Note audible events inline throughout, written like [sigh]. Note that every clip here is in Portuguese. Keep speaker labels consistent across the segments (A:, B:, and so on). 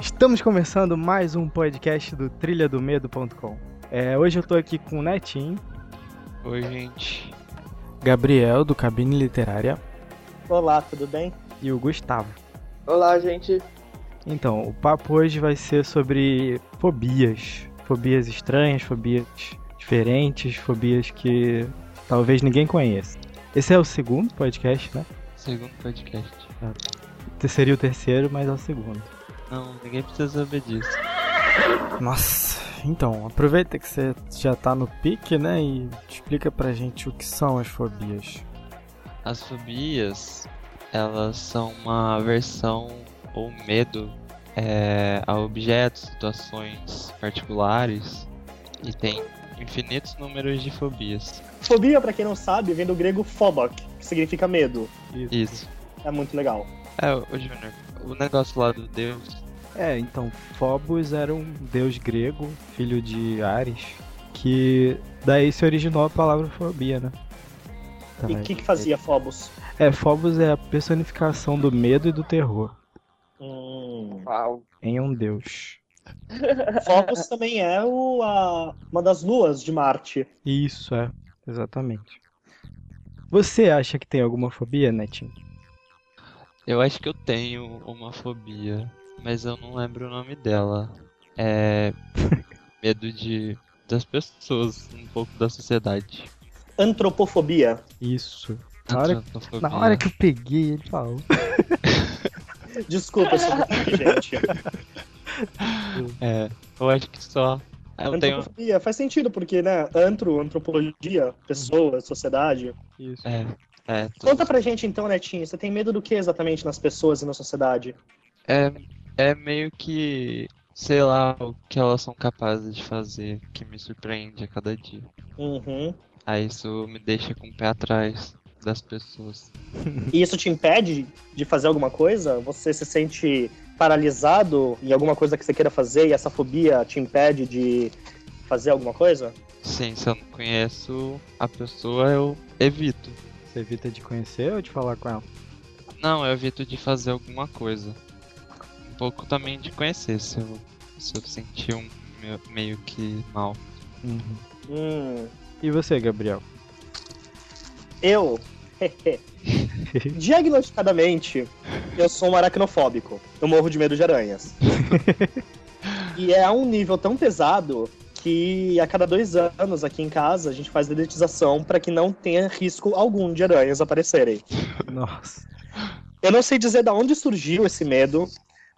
A: Estamos começando mais um podcast do Trilha do Medo.com. É, hoje eu tô aqui com o Netinho.
B: Oi, gente.
C: Gabriel, do Cabine Literária.
D: Olá, tudo bem?
A: E o Gustavo.
E: Olá, gente.
A: Então, o papo hoje vai ser sobre fobias. Fobias estranhas, fobias diferentes, fobias que talvez ninguém conheça. Esse é o segundo podcast, né?
B: Segundo podcast.
A: Seria o terceiro, mas é o segundo.
B: Não, ninguém precisa saber disso.
C: Nossa, então, aproveita que você já tá no pique, né? E explica pra gente o que são as fobias.
B: As fobias, elas são uma aversão ou medo é, a objetos, situações particulares e tem infinitos números de fobias.
D: Fobia, pra quem não sabe, vem do grego phobok, que significa medo.
B: Isso.
D: É muito legal.
B: É, o Junior, o negócio lá do Deus,
A: É, então, Phobos era um deus grego, filho de Ares, que daí se originou a palavra fobia, né?
D: E
A: Também.
D: o que, que fazia Phobos?
A: É, Phobos é a personificação do medo e do terror
D: Hum,
E: Uau.
A: em um deus.
D: Phobos também é o, a- uma das luas de Marte.
A: Isso, é, exatamente. Você acha que tem alguma fobia, Netinho?
B: eu acho que eu tenho uma fobia, mas eu não lembro o nome dela.
A: [laughs]
B: É. medo de. das pessoas, um pouco da sociedade.
D: Antropofobia.
A: Isso. Na hora-
B: Antropofobia.
A: Na hora que eu peguei, ele falou.
D: Desculpa, eu sou muito gente.
B: É, eu acho que só. Eu tenho.
D: Antropofobia faz sentido, porque, né? Antro, antropologia, pessoa, sociedade.
A: Isso.
B: É, é, tô-
D: Conta pra gente então, Netinho, você tem medo do que exatamente nas pessoas e na sociedade?
B: É, é meio que, sei lá, o que elas são capazes de fazer, que me surpreende a cada dia.
D: Uhum.
B: Aí isso me deixa com o pé atrás das pessoas.
D: E isso te impede de fazer alguma coisa? Você se sente paralisado em alguma coisa que você queira fazer e essa fobia te impede de fazer alguma coisa?
B: Sim, se eu não conheço a pessoa, eu evito.
A: Você evita de conhecer ou de falar com ela?
B: Não, eu evito de fazer alguma coisa. Um pouco também de conhecer, se eu, se eu sentir um me- meio que mal.
A: Uhum.
D: Hum.
A: E você, [laughs] Gabriel?
D: Eu, [laughs] diagnosticadamente, eu sou um aracnofóbico. Eu morro de medo de aranhas. e é a um nível tão pesado que a cada dois anos aqui em casa a gente faz dedetização para que não tenha risco algum de aranhas aparecerem.
A: Nossa.
D: Eu não sei dizer de onde surgiu esse medo,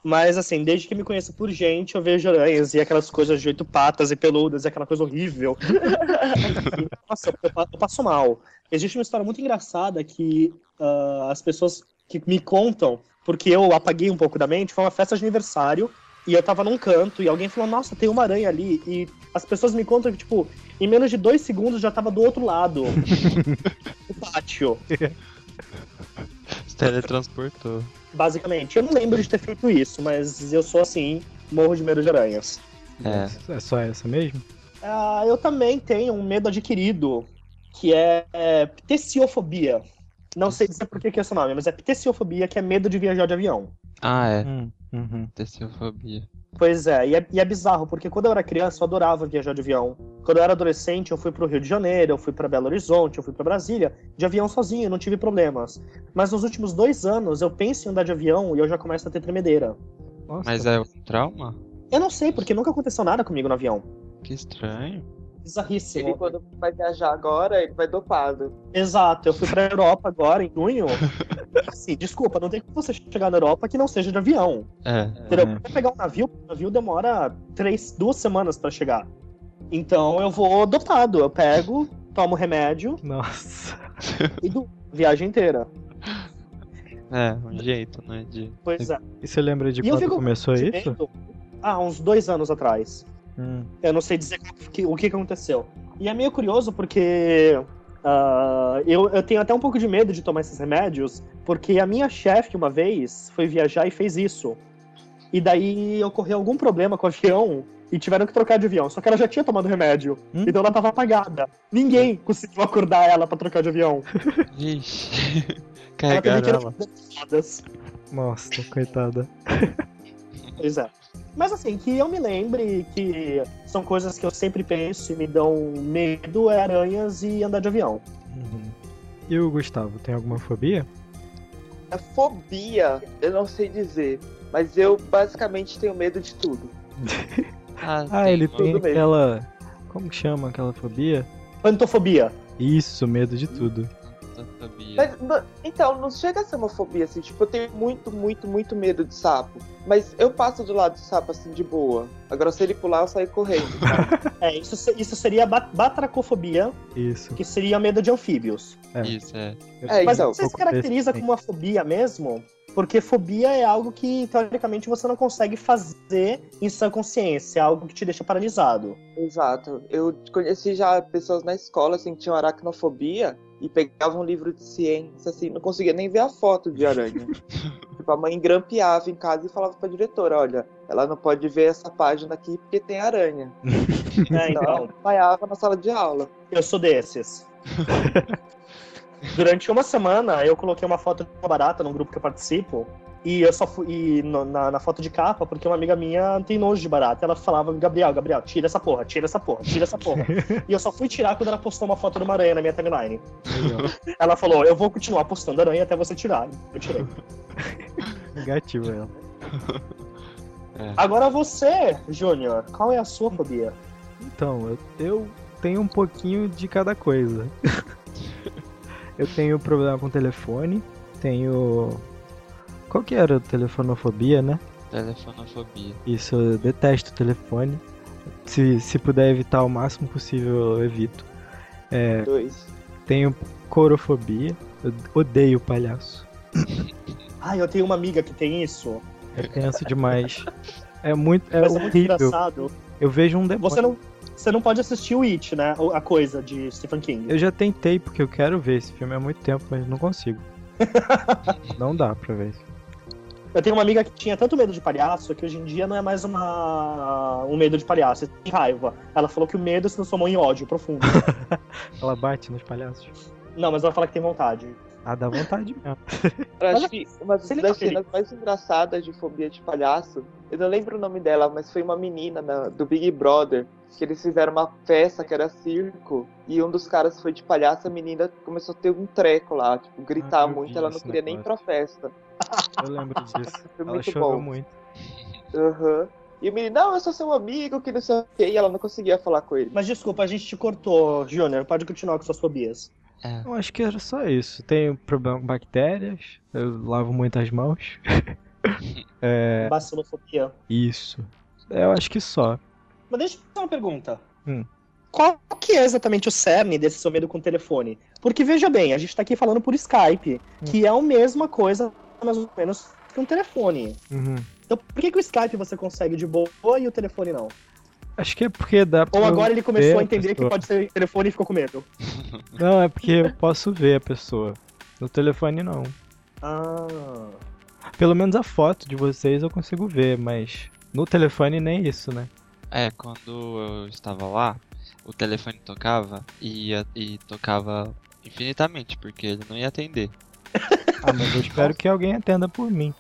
D: mas assim, desde que me conheço por gente, eu vejo aranhas e aquelas coisas de oito patas e peludas e aquela coisa horrível. E, Nossa, eu, pa- eu passo mal. Existe uma história muito engraçada que ah, as pessoas que me contam, porque eu apaguei um pouco da mente, foi uma festa de aniversário. E eu tava num canto e alguém falou, nossa, tem uma aranha ali. E as pessoas me contam que, tipo, em menos de dois segundos já tava do outro lado. do pátio.
B: Se teletransportou.
D: Basicamente, eu não lembro de ter feito isso, mas eu sou assim, morro de medo de aranhas.
B: É.
A: É só essa mesmo?
D: Ah, eu também tenho um medo adquirido, que é, é ptessiofobia. Não sei dizer por que, que é esse nome, mas é ptessiofobia, que é medo de viajar de avião.
B: Ah, é.
A: Uhum.
B: Tessiofobia.
D: Pois é, e é, e é bizarro, porque quando eu era criança eu adorava viajar de avião. Quando eu era adolescente, eu fui pro Rio de Janeiro, eu fui pra Belo Horizonte, eu fui pra Brasília, de avião sozinho, não tive problemas. Mas nos últimos dois anos eu penso em andar de avião e eu já começo a ter tremedeira.
A: Nossa.
B: Mas é um trauma?
D: Eu não sei, porque nunca aconteceu nada comigo no avião.
B: Que estranho.
D: Bizarríssimo.
E: Ele quando vai viajar agora, ele vai dopado.
D: Exato, eu fui pra Europa agora em junho. Assim, desculpa, não tem como você chegar na Europa que não seja de avião.
B: É.
D: Entendeu? Pra pegar um navio, o navio demora três, duas semanas pra chegar. Então eu vou dotado, eu pego, tomo remédio
A: Nossa.
D: e durmo a viagem inteira.
B: É, um jeito, né? De.
D: Pois é.
A: E você lembra de
D: E eu
A: quando
D: fico
A: começou
D: De
A: isso?
D: medo, Ah, uns dois anos atrás.
A: Hum.
D: Eu não sei dizer o que, o que que aconteceu. E é meio curioso porque ah, eu, eu tenho até um pouco de medo de tomar esses remédios, porque a minha chefe uma vez foi viajar e fez isso. E daí ocorreu algum problema com o avião e tiveram que trocar de avião. Só que ela já tinha tomado remédio,
A: Hum?
D: então ela tava apagada. Ninguém conseguiu acordar ela pra trocar de avião.
B: Vixe. É,
D: Ela
B: Carregaram
D: teve que
B: ela.
D: ir nas rodas.
A: Nossa, coitada.
D: Pois é. Mas assim, que eu me lembre que são coisas que eu sempre penso e me dão medo é aranhas e andar de avião.
A: Uhum. E o Gustavo, tem alguma fobia?
E: A fobia, eu não sei dizer, mas eu basicamente tenho medo de tudo.
A: Ah, ele
B: uma-
A: tem
E: mesmo.
A: aquela. Como que chama aquela fobia?
D: Pantofobia.
A: Isso, medo de tudo.
B: Fobia.
E: Mas, n- então, não chega a ser uma fobia, assim, tipo, eu tenho muito, muito, muito medo de sapo. Mas eu passo do lado do sapo, assim, de boa. Agora, se ele pular, eu saio correndo.
D: É, isso, se- isso seria a bat- batracofobia,
A: Isso.
D: que seria medo de anfíbios.
B: Isso, é.
E: É,
D: Mas
E: então.
D: você se
A: pouco
D: caracteriza
A: desse-
D: como uma fobia mesmo? Porque fobia é algo que, teoricamente, você não consegue fazer em sã consciência, é algo que te deixa paralisado.
E: Exato. Eu conheci já pessoas na escola, assim, que tinham aracnofobia e pegavam um livro de ciência, assim, não conseguia nem ver a foto de aranha. tipo, a mãe grampeava em casa e falava pra diretora, olha, ela não pode ver essa página aqui porque tem aranha.
A: É,
D: né?
E: Então,
D: Então,
E: ela apanhava na sala de aula.
D: Eu sou desses. Durante uma semana, eu coloquei uma foto de uma barata num grupo que eu participo. E eu só fui e no- na, na foto de capa, porque uma amiga minha tem nojo de barata. Ela falava, Gabriel, Gabriel, tira essa porra, tira essa porra, tira essa porra. e eu só fui tirar quando ela postou uma foto de uma aranha na minha timeline. Ela falou, eu vou continuar postando aranha até você tirar. Eu tirei.
A: Negativo é. ela.
D: Agora você, Júnior, qual é a sua fobia?
A: Então, eu, eu tenho um pouquinho de cada coisa. [laughs] eu tenho problema com telefone, tenho. Qual que era a telefonofobia, né?
B: Telefonofobia.
A: Isso, eu detesto telefone. Se, se puder evitar o máximo possível, eu evito. É.
E: Dois.
A: Tenho corofobia, eu odeio palhaço.
D: Ah, eu tenho uma amiga que tem isso.
A: É tenso demais. É muito. É
D: Mas é muito
A: horrível.
D: engraçado.
A: Eu vejo um demônio.
D: Você não, você não pode assistir o It, né? O- A coisa de Stephen King.
A: Eu já tentei, porque eu quero ver esse filme há muito tempo, mas não
D: [laughs]
A: consigo. não dá pra ver.
D: Eu tenho uma amiga que tinha tanto medo de palhaço que hoje em dia não é mais uma... um medo de palhaço, é de raiva. Ela falou que o medo se transformou em ódio profundo.
A: Ela bate nos palhaços.
D: não, mas ela fala que tem vontade.
A: Ah, dá vontade mesmo.
E: Eu
D: Mas
E: acho que uma
D: você lembra
E: assim, das
D: aquele-
E: cenas mais engraçadas de fobia de palhaço, eu não lembro o nome dela, mas foi uma menina na- do Big Brother, que eles fizeram uma festa que era circo, e um dos caras foi de palhaço, a menina começou a ter um treco lá, tipo, gritar
A: Ah, eu vi
E: muito, ela não
A: esse
E: queria nem ir pra
A: negócio.
E: festa.
A: Eu
D: [laughs]
A: lembro disso.
D: É
E: Foi
A: Ela
E: muito
A: chorou
E: bom.
A: muito.
E: Aham. E o menino, não, eu sou seu amigo, que não sei o quê, e ela não conseguia falar com ele.
D: Mas desculpa, a gente te cortou, Júnior. Pode continuar com suas fobias.
B: É.
A: Eu acho que era só isso. Tenho problema com bactérias. Eu lavo muitas mãos.
D: Bacilofobia.
A: Isso. É, Eu acho que só.
D: Mas deixa eu fazer uma pergunta.
A: Hum.
D: Qual que é exatamente o cerne desse seu medo com o telefone? Porque, veja bem, a gente tá aqui falando por Skype, que é a mesma coisa, mais ou menos, que um telefone.
A: Uhum.
D: Então, por que, que o Skype você consegue de boa e o telefone não?
A: Acho que é porque dá pra.
D: Ou
A: eu
D: agora ele começou
A: ver
D: a entender que
A: pessoa.
D: pode ser telefone e ficou com medo.
A: Não, é porque eu posso ver a pessoa. No telefone, não.
D: Ah.
A: Pelo menos a foto de vocês eu consigo ver, mas no telefone nem isso, né?
B: É, quando eu estava lá, o telefone tocava e, ia- e tocava infinitamente, porque ele não ia atender.
A: Ah, mas eu espero que alguém atenda por mim.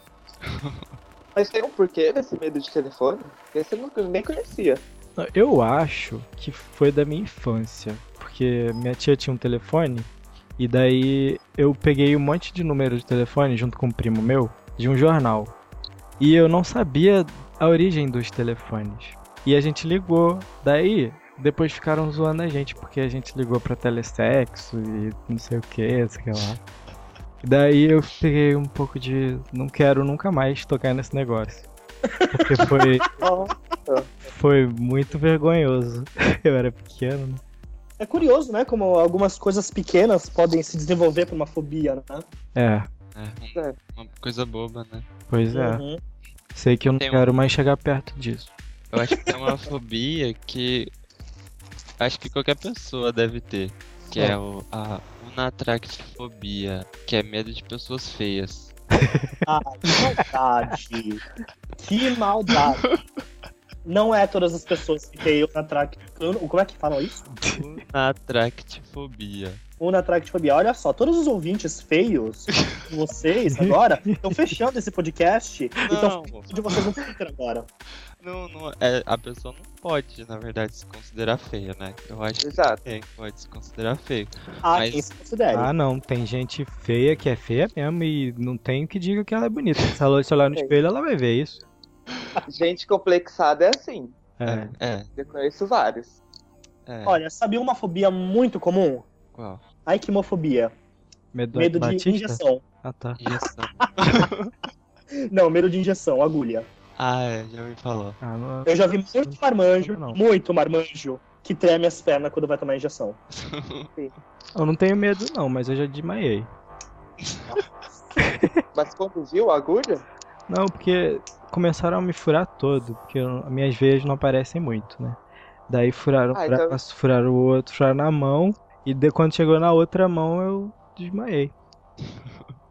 E: Mas tem um porquê desse medo de telefone? Esse eu nunca- nem conhecia.
A: Não, Eu acho que foi da minha infância, porque minha tia tinha um telefone e daí eu peguei um monte de número de telefone junto com um primo meu de um jornal. E eu não sabia a origem dos telefones. E a gente ligou, daí depois ficaram zoando a gente porque a gente ligou pra telesexo e não sei o que, sei lá. Daí eu peguei um pouco de não quero nunca mais tocar nesse negócio. Porque foi foi muito vergonhoso. Eu era pequeno. né?
D: É curioso, né? Como algumas coisas pequenas podem se desenvolver pra uma fobia, né?
A: É,
B: É, um-
E: É.
B: uma coisa boba, né?
A: pois é.
D: Uhum.
A: Sei que eu não
B: Tem um-
A: quero mais chegar perto disso.
B: Eu acho que é uma fobia que acho que qualquer pessoa deve ter, que é o, a unatractfobia, que é medo de pessoas feias.
D: Ah, que maldade. que maldade. Não é todas as pessoas que têm unatract... Como é que falam isso?
B: Unatractfobia.
D: Unatractfobia. Olha só, todos os ouvintes feios, vocês agora, estão fechando esse podcast. Então,
B: Não.
D: de vocês no Twitter agora.
B: não, não, é, a pessoa não pode, na verdade, se considerar feia, né? Eu acho que
E: Exato.
B: ninguém pode se considerar feio.
D: Há
B: Mas-
D: quem se considere.
A: Ah, não. Tem gente feia que é feia mesmo e não tem que diga que ela é bonita. Se ela se olhar no
E: Tem.
A: espelho, ela vai ver isso.
E: Gente complexada é assim.
A: É.
B: É,
E: Eu conheço vários.
B: é.
D: Olha, sabia uma fobia muito comum?
B: Qual?
D: Aiquimofobia.
A: Medo,
D: Medo de
A: Batista?
D: injeção.
A: Ah, tá.
B: Injeção.
D: Não, medo de injeção, agulha.
B: ah, é, já me falou.
A: Ah, não- é
D: Eu já vi muito marmanjo,
A: Não.
D: muito marmanjo, que treme as pernas quando vai tomar injeção.
A: Eu não tenho medo, não, mas eu já desmaiei.
E: Mas quando viu a agulha,
A: Não, porque começaram a me furar todo, porque eu- as minhas veias não aparecem muito, né? Daí furaram o
E: Ah, então-
A: braço, furaram o outro, furaram na mão, e de quando chegou na outra mão eu desmaiei.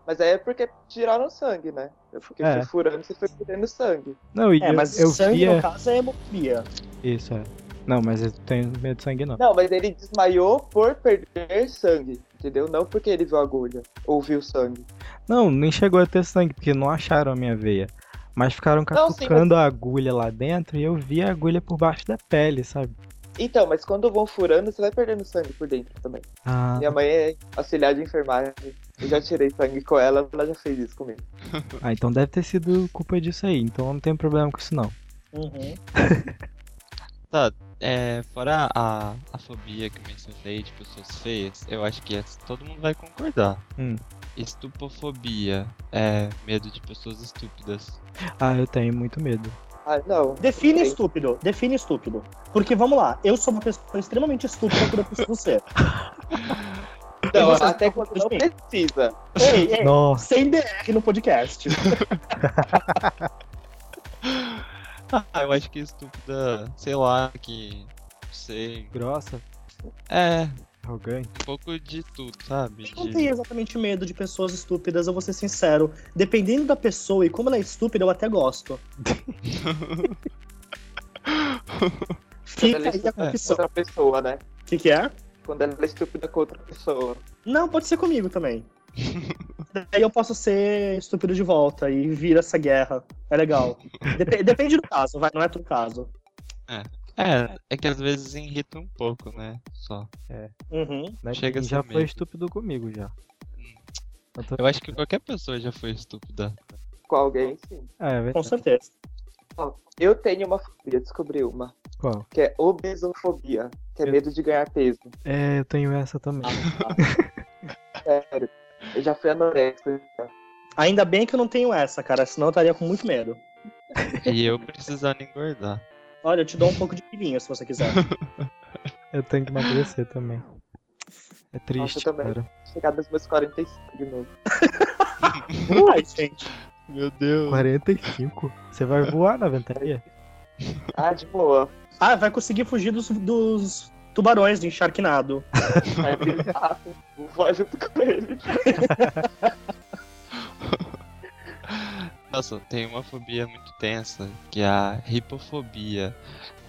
E: mas aí é porque tiraram sangue, né? Eu fiquei
A: É.
E: te furando, você foi perdendo sangue.
A: Não, e
D: É,
A: eu,
D: mas
A: eu
D: sangue
A: via.
D: no caso é hemofobia.
A: Isso, é. Não, mas eu tenho medo de sangue, não.
E: Não, mas ele desmaiou por perder sangue, entendeu? Não porque ele viu a agulha ou viu sangue.
A: Não, nem chegou a ter sangue, porque não acharam a minha veia. Mas ficaram
E: Não, sim,
A: catucando a agulha lá dentro e eu vi a agulha por baixo da pele, sabe?
E: Então, mas quando vão furando, você vai perdendo sangue por dentro também.
A: Ah,
E: Minha mãe é auxiliar de enfermagem. Eu já tirei sangue com ela, ela já fez isso comigo.
A: ah, então deve ter sido culpa disso aí, então eu não tem problema com isso, não.
D: Uhum.
B: É, fora a, a fobia que eu mencionei de pessoas feias, eu acho que essa todo mundo vai concordar.
A: Hum.
B: Estupofobia é medo de pessoas estúpidas.
A: Ah, eu tenho muito medo.
E: Ah, não.
D: Define
E: Ok.
D: estúpido, define estúpido. Porque vamos lá, eu sou uma pessoa extremamente estúpida quando
A: [laughs]
D: eu preciso ser.
A: Então,
E: Não,
D: Vocês
E: até
D: estão
E: quando não
D: falando de
E: precisa.
D: Ei,
E: É.
D: ei,
A: Nossa.
D: sem DR no podcast.
B: Ah, eu acho que estúpida, sei lá, que. não sei.
A: Grossa,
B: É,
A: arrogante.
B: um pouco de tudo, sabe?
D: Eu não
B: De-
D: tenho exatamente medo de pessoas estúpidas, eu vou ser sincero. Dependendo da pessoa e como ela é estúpida, eu até gosto. Fica
E: Ela é
D: aí a
E: estúpida com
D: confissão.
E: outra pessoa, né?
D: O que, que é?
E: Quando ela é estúpida com outra pessoa.
D: Não, pode ser comigo também. Daí eu posso ser estúpido de volta e vir essa guerra. É legal. Dep- depende do caso, vai, não é todo caso.
B: É, é que às vezes irrita um pouco, né? Só.
D: Uhum.
A: Né?
B: Chega a
A: já
B: ser
A: foi
B: medo. Hum.
A: estúpido comigo já. Eu tô-
B: Eu acho que qualquer pessoa já foi estúpida.
E: Com alguém, sim.
A: Ah, é
D: Com
A: verdade.
D: certeza.
E: Eu tenho uma fobia, descobri uma.
A: Qual?
E: Que é obesofobia. Que é
A: Eu-
E: medo de ganhar peso.
A: É, eu tenho essa também.
E: Sério. Eu já fui anorexica.
D: Ainda bem que eu não tenho essa, cara, senão eu estaria com muito medo.
B: E eu precisando engordar.
D: Olha, eu te dou um pouco de pilinha se você quiser.
A: Eu tenho que emagrecer também. É triste,
E: também.
A: cara.
E: Chegar nos meus 45 de novo.
D: Ai, gente.
B: Meu Deus.
A: 45? Você vai voar na ventania?
E: Ah, de boa.
D: Ah, vai conseguir fugir dos, dos tubarões do encharquinado.
E: Aí eu fiz, ah, Vou junto com ele.
B: Nossa, tem uma fobia muito tensa, que é a ripofobia,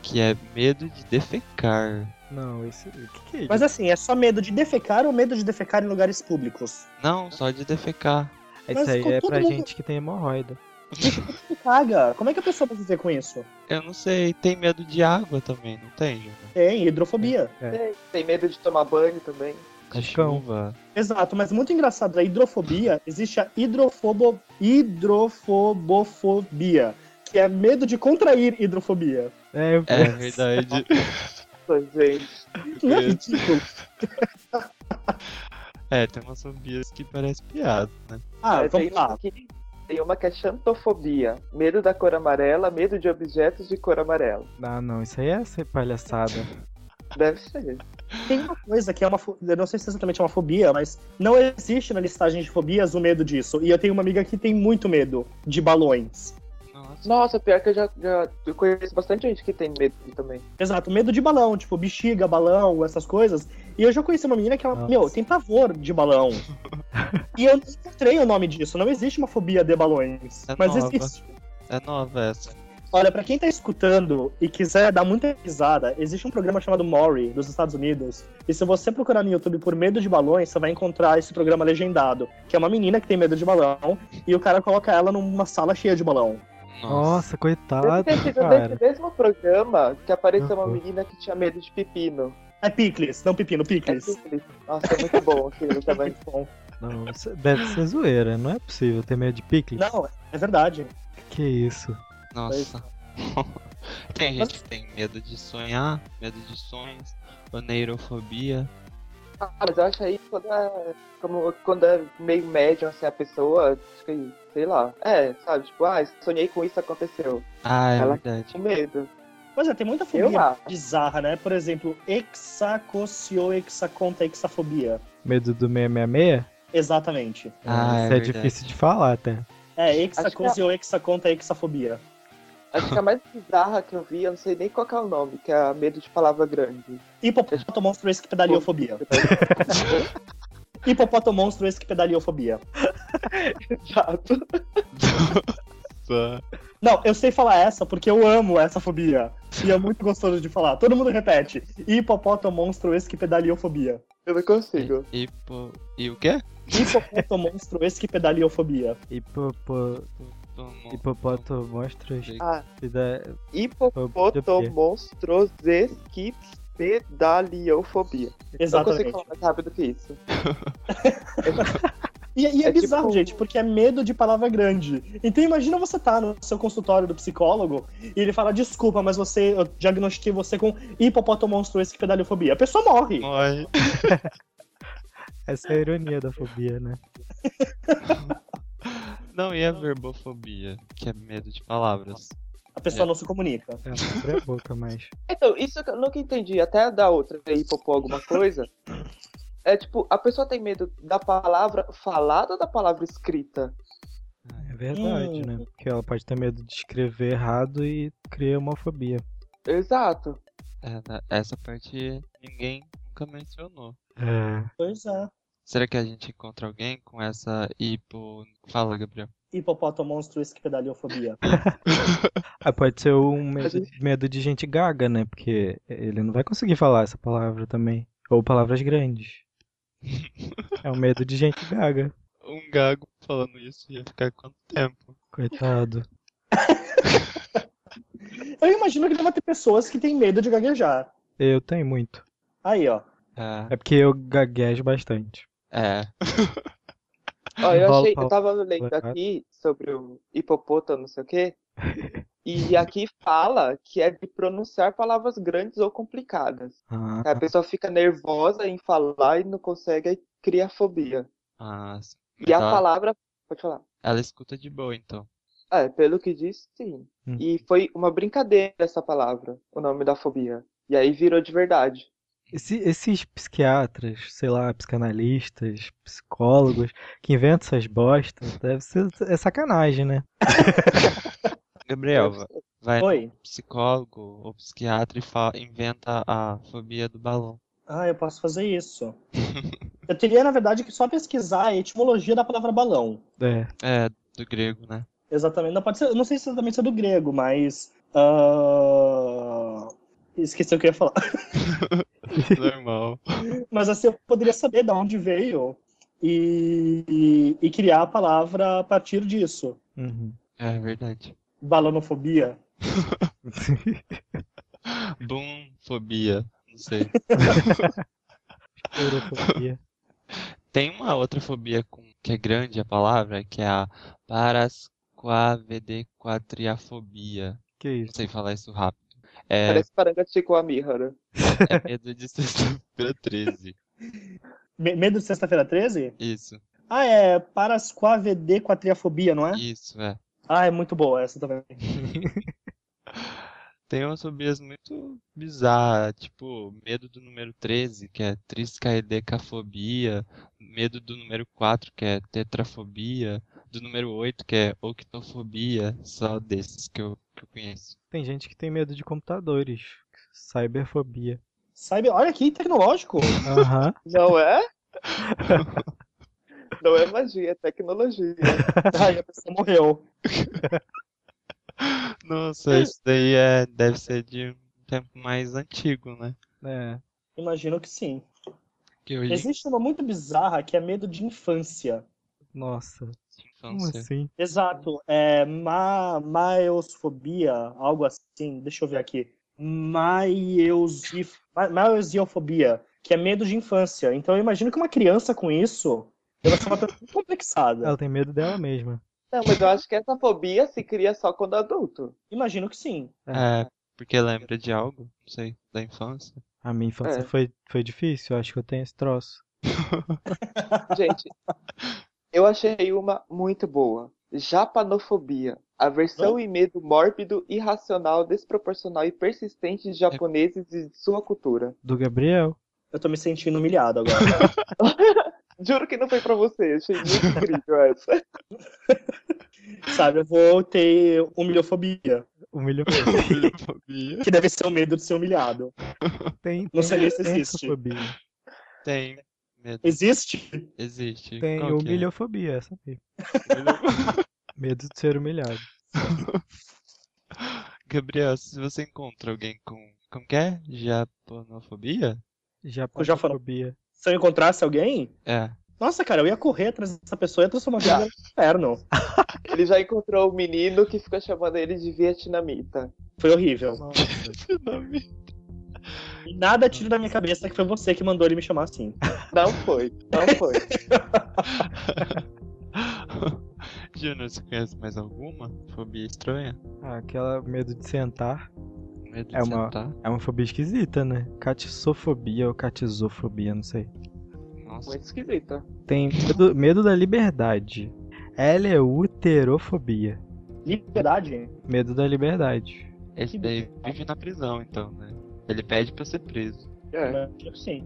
B: que é medo de defecar.
A: Não, esse. O que, que é isso?
D: Mas assim, é só medo de defecar ou medo de defecar em lugares públicos?
B: Não, só de defecar.
A: Isso
D: mas
A: aí
D: com
A: é
D: todo
A: pra
D: mundo-
A: gente que tem hemorroida.
D: Que caga. Como é que a pessoa vai viver com isso?
B: Eu não sei, tem medo de água também, não tem, Júnior?
D: Tem, hidrofobia.
E: Tem- Tem medo de tomar banho também.
B: De
A: Cachão.
B: chuva.
D: Exato, mas muito engraçado, da hidrofobia, existe a hidrofobo, hidrofobofobia, que é medo de contrair hidrofobia.
A: É,
B: É verdade.
E: Nossa, gente.
D: Não é ridículo?
B: É, tem umas fobias que parece piada, né?
D: Ah,
E: É,
D: vamos
E: tem,
D: lá.
E: uma que, tem uma que é xantofobia. Medo da cor amarela, medo de objetos de cor amarela.
A: Ah, não, isso aí é ser palhaçada.
E: Deve ser.
D: Tem uma coisa que é uma. fo- Eu não sei se exatamente é uma fobia, mas não existe na listagem de fobias o medo disso. E eu tenho uma amiga que tem muito medo de balões.
B: Nossa.
E: Nossa, pior que eu já, já- eu conheço bastante gente que tem medo também.
D: Exato, medo de balão, tipo bexiga, balão, essas coisas. E eu já conheci uma menina que ela,
A: Nossa.
D: meu, tem pavor de balão. e eu não encontrei o nome disso. Não existe uma fobia de balões.
B: É
D: mas
B: nova.
D: existe.
B: É nova essa.
D: Olha, pra quem tá escutando e quiser dar muita risada, existe um programa chamado Maury, dos Estados Unidos. E se você procurar no YouTube por medo de balões, você vai encontrar esse programa legendado, que é uma menina que tem medo de balão e o cara coloca ela numa sala cheia de balão.
B: Nossa.
A: Nossa,
E: Deve
A: coitado, [laughs]
E: ter sido
A: Tá, cara.
E: nesse mesmo programa que apareceu uma
A: Uhum.
E: menina que tinha medo de pepino.
D: É picles, não pepino,
E: É
D: picles.
E: simples. Nossa, é muito bom aquilo também.
D: Bom,
A: Não, isso deve ser zoeira, não é possível ter medo de picles.
D: Não, é verdade.
A: Que isso.
B: Nossa. [laughs] tem gente que tem medo de sonhar, medo de sonhos, oneirofobia.
E: Ah, mas eu acho aí que quando é, como, quando é meio médium, assim, a pessoa, acho que, sei lá. É, sabe? Tipo, ah, sonhei com isso, aconteceu.
B: Ah, é
E: Ela-
B: verdade.
E: Com medo.
D: Mas é, tem muita
E: Eu
D: fobia
E: acho.
D: bizarra, né? Por exemplo, hexacocio, hexaconta, hexafobia.
A: Medo do 666?
D: Exatamente.
B: Ah,
A: isso é,
B: é
A: difícil de falar até.
D: É, hexacocio, hexaconta, hexafobia.
E: Acho que a mais bizarra que eu vi, eu não sei nem qual que é o nome, que é medo de palavra grande. [laughs]
D: Hipopotomonstro esquipedaliofobia. Hipopotomonstro esquipedaliofobia.
E: Chato.
B: Nossa.
D: Não, eu sei falar essa porque eu amo essa fobia. E é muito gostoso de falar. Todo mundo repete. Hipopotomonstro esquipedaliofobia.
E: Eu não consigo.
B: E, e, pô- e o quê?
D: Hipopotomonstro esquipedaliofobia.
A: Hipopo...
B: Tomou-
A: Hipopoto monstros
E: Ah,
A: e da...
E: hipopotomonstrosesquipedaliofobia. Não consigo
D: Exatamente.
E: falar mais rápido que isso.
D: E, e é,
E: É tipo-
D: bizarro, gente, porque é medo de palavra grande. Então imagina você tá no seu consultório do psicólogo e ele fala, desculpa, mas você, eu diagnostiquei você com hipopotomonstruesquipedaliofobia. A pessoa morre.
B: Morre.
A: Essa é a ironia da fobia, né?
B: Não, e a verbofobia, que é medo de palavras.
D: A pessoa não se comunica.
A: É, não abre a boca, mas...
E: Então, isso que eu nunca entendi, até da outra aí, hipopó alguma coisa. É tipo, a pessoa tem medo da palavra falada ou da palavra escrita?
A: É verdade,
D: Hum.
A: né? Porque ela pode ter medo de escrever errado e criar uma fobia.
E: Exato.
B: É, na- essa parte ninguém nunca mencionou.
A: É.
D: Pois é.
B: Será que a gente encontra alguém com essa hipo. Fala, Gabriel.
D: Hipopotomonstruesquipedaliofobia.
A: Ah, pode ser um medo, medo de gente gaga, né? Porque ele não vai conseguir falar essa palavra também. Ou palavras grandes. É um medo de gente gaga.
B: Um gago falando isso ia ficar quanto tempo?
A: Coitado.
D: Eu imagino que deve ter pessoas que têm medo de gaguejar.
A: Eu tenho muito.
D: Aí, ó.
B: É.
A: É porque eu gaguejo bastante.
B: É.
E: Ó, eu,
A: Rola
E: achei,
A: pra
E: eu tava lendo aqui sobre o hipopótamo, não sei o quê. E aqui fala que é de pronunciar palavras grandes ou complicadas.
A: Ah,
E: A pessoa fica nervosa em falar e não consegue, aí cria fobia.
B: Ah, sim.
E: E a
B: Ela-
E: palavra. Pode falar.
B: Ela escuta de boa, então.
E: É, pelo que diz, sim.
A: Hum.
E: E foi uma brincadeira essa palavra, o nome da fobia. E aí virou de verdade.
A: Esse- esses psiquiatras, sei lá, psicanalistas, psicólogos, que inventam essas bostas, deve ser é sacanagem, né?
B: Gabriel, va- vai no
D: Oi.
B: psicólogo ou psiquiatra e fala, inventa a fobia do balão.
D: Ah, eu posso fazer isso. Eu teria, na verdade, que só pesquisar a etimologia da palavra balão.
A: É.
B: É, do grego, né?
D: Exatamente. Não, pode ser, eu não sei se exatamente se é do grego, mas. ah, Esqueci o que eu ia falar.
B: [laughs]
D: [laughs]
B: Normal.
D: Mas assim, eu poderia saber de onde veio e, e- e criar a palavra a partir disso.
A: Uhum. [laughs]
B: É verdade.
D: Balonofobia.
B: Boom, fobia. Não sei.
A: Urofobia.
B: Tem uma outra fobia com, que é grande a palavra, que é a parasquavedequatriafobia.
A: Que
B: Não
A: isso?
B: sei falar isso rápido. É,
E: Parece paranga Chico Amihara.
B: é medo de [laughs] sexta-feira 13.
D: Me- Medo de sexta-feira 13?
B: Isso,
D: Ah, é parasquavd quatriafobia, não é?
B: isso, é.
D: Ah, é muito boa essa também.
B: Tem umas fobias muito bizarras, tipo, medo do número 13, que é triscaidecafobia, medo do número 4, que é tetrafobia, do número 8, que é octofobia, só desses que eu, que eu conheço.
A: Tem gente que tem medo de computadores. Cyberfobia.
D: Sabe, olha que tecnológico.
A: Aham.
E: Não é? Não é magia, é tecnologia.
D: Ai, a pessoa morreu.
B: Nossa, isso daí é, deve ser de um tempo mais antigo, né?
A: É.
D: Imagino que sim.
B: Que hoje é
D: Existe uma muito bizarra que é medo de infância.
A: Nossa.
B: em
A: Como
B: infância.
A: assim?
D: Exato. É ma maiosfobia, algo assim. Deixa eu ver aqui. Maiosi- ma- Maiosiofobia, que é medo de infância. Então eu imagino que uma criança com isso, ela é uma pessoa muito complexada.
A: Ela tem medo dela mesma.
E: Não, mas eu acho que essa fobia se cria só quando adulto.
D: Imagino que sim.
B: É, porque lembra de algo, não sei,
A: [laughs]
B: da infância.
A: A minha infância
E: É.
A: foi, foi difícil, eu acho que eu tenho esse troço.
E: Gente, eu achei uma muito boa. Japanofobia. Aversão e medo mórbido, irracional, desproporcional e persistente de japoneses e de sua cultura.
A: Do Gabriel?
D: Eu tô me sentindo humilhado agora.
E: Juro que não foi pra você, achei muito incrível essa.
D: Sabe, eu vou ter humilhofobia,
A: Humilhou.
B: Fobia.
D: que deve ser o medo de ser humilhado.
A: [laughs] Tem,
D: Não
A: tem,
D: sei nem se
A: tem
D: existe.
A: fobia.
B: Tem medo.
D: Existe?
B: Existe.
A: Tem
B: Qual que é?
A: humilhofobia, essa aí. [laughs] Medo de ser humilhado.
B: Gabriel, se você encontra alguém com. Como que é? Japonofobia?
A: Japanofobia.
D: Se eu encontrasse alguém,
B: É.
D: nossa, cara, eu ia correr atrás dessa pessoa e ia transformar ela no inferno.
E: Ele já encontrou o menino que fica chamando ele de vietnamita.
D: Foi horrível.
B: Tsunami.
D: Nada tira da minha cabeça que foi você que mandou ele me chamar assim.
E: Não foi, não
B: [laughs]
E: foi.
B: Júnior, você conhece mais alguma? Fobia estranha?
A: Ah, aquela medo de sentar.
B: Medo de
A: É uma-
B: sentar?
A: É uma fobia esquisita, né? Catissofobia ou catisofobia, não sei.
B: Nossa.
E: Muito esquisita.
A: Tem medo, medo da liberdade. Eleuterofobia.
D: Liberdade?
A: Medo da liberdade.
B: Esse daí vive na prisão, então, né? Ele pede pra ser preso.
E: É.
D: Sim.
A: É.
D: né? Tipo assim.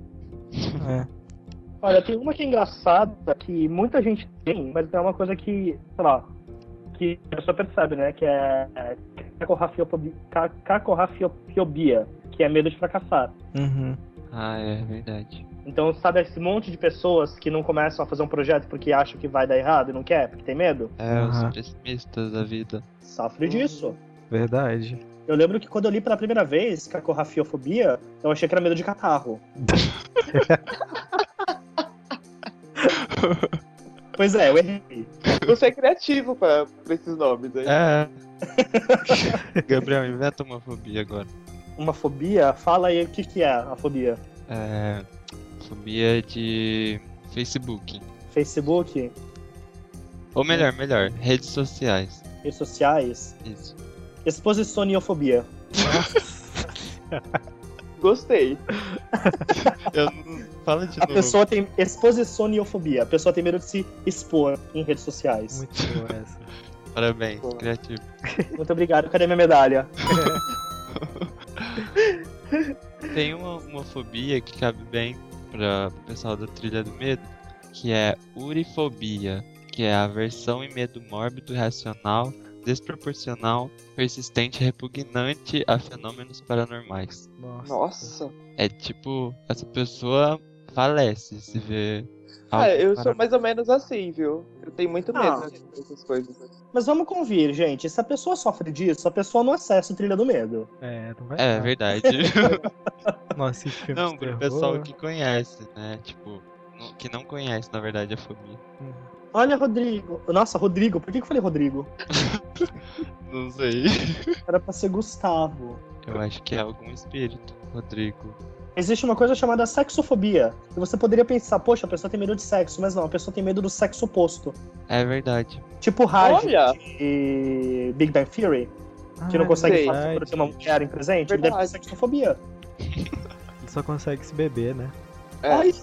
D: Olha, tem uma que é engraçada, que muita gente tem, mas é uma coisa que, sei lá, que a pessoa percebe, né? Que é é cacorrafiofobi- ca- cacorrafiofobia, que é medo de fracassar.
A: Uhum.
B: Ah, é verdade.
D: Então, sabe esse monte de pessoas que não começam a fazer um projeto porque acham que vai dar errado e não quer, porque tem medo?
B: É,
A: Aham.
B: os pessimistas da vida.
D: Sofre disso.
A: Verdade.
D: Eu lembro que quando eu li pela primeira vez é cacorrafiofobia, eu achei que era medo de catarro. pois é, eu errei.
E: Você é criativo pra, pra esses nomes aí.
B: É. Gabriel, inventa uma fobia agora.
D: Uma fobia? Fala aí o que, que é a fobia.
B: É. Fobia de Facebook.
D: Facebook,
B: Ou melhor, melhor, redes sociais.
D: redes sociais,
B: Isso.
D: exposiçoniofobia.
B: É.
E: Gostei.
B: Eu não... Fala
D: [laughs]
B: de
D: A
B: novo.
D: pessoa tem exposiçoniofobia. A pessoa tem medo de se expor em redes sociais. Muito,
A: Muito boa essa.
B: Parabéns,
E: Boa.
B: criativo.
D: obrigado. Cadê minha medalha?
B: Tem uma, uma fobia que cabe bem para o pessoal da Trilha do Medo, que é urifobia, que é aversão e medo mórbido, irracional, desproporcional, persistente, repugnante a fenômenos paranormais.
E: Nossa.
B: É tipo, essa pessoa falece se vê.
E: Ah,
B: algo
E: eu sou
B: paranormal.
E: mais ou menos assim, viu? Eu tenho muito medo
D: Ah.
E: dessas coisas.
D: Mas vamos convir, gente. Se a pessoa sofre disso, a pessoa não acessa o trilha do medo.
A: É, não vai
B: É
A: dar.
B: verdade.
A: Não assiste filmes
B: [laughs] não,
A: de
B: pro
A: terror.
B: pessoal que conhece, né? Tipo, não- que não conhece, na verdade, a fobia.
D: Olha, Rodrigo. Nossa, Rodrigo. Por que que eu falei Rodrigo?
B: Não sei.
D: Era pra ser Gustavo.
B: Eu acho que é algum espírito, Rodrigo.
D: Existe uma coisa chamada sexofobia. E você poderia pensar, poxa, a pessoa tem medo de sexo, mas não, a pessoa tem medo do sexo oposto.
B: É verdade.
D: Tipo Raj
E: Olha!
D: e Big Bang Theory, que
A: Ah,
D: não consegue
E: sei.
D: falar por ter uma mulher em presente,
E: Verdade.
D: deve ter sexofobia.
A: Ele só consegue se beber, né?
E: É.
D: Olha,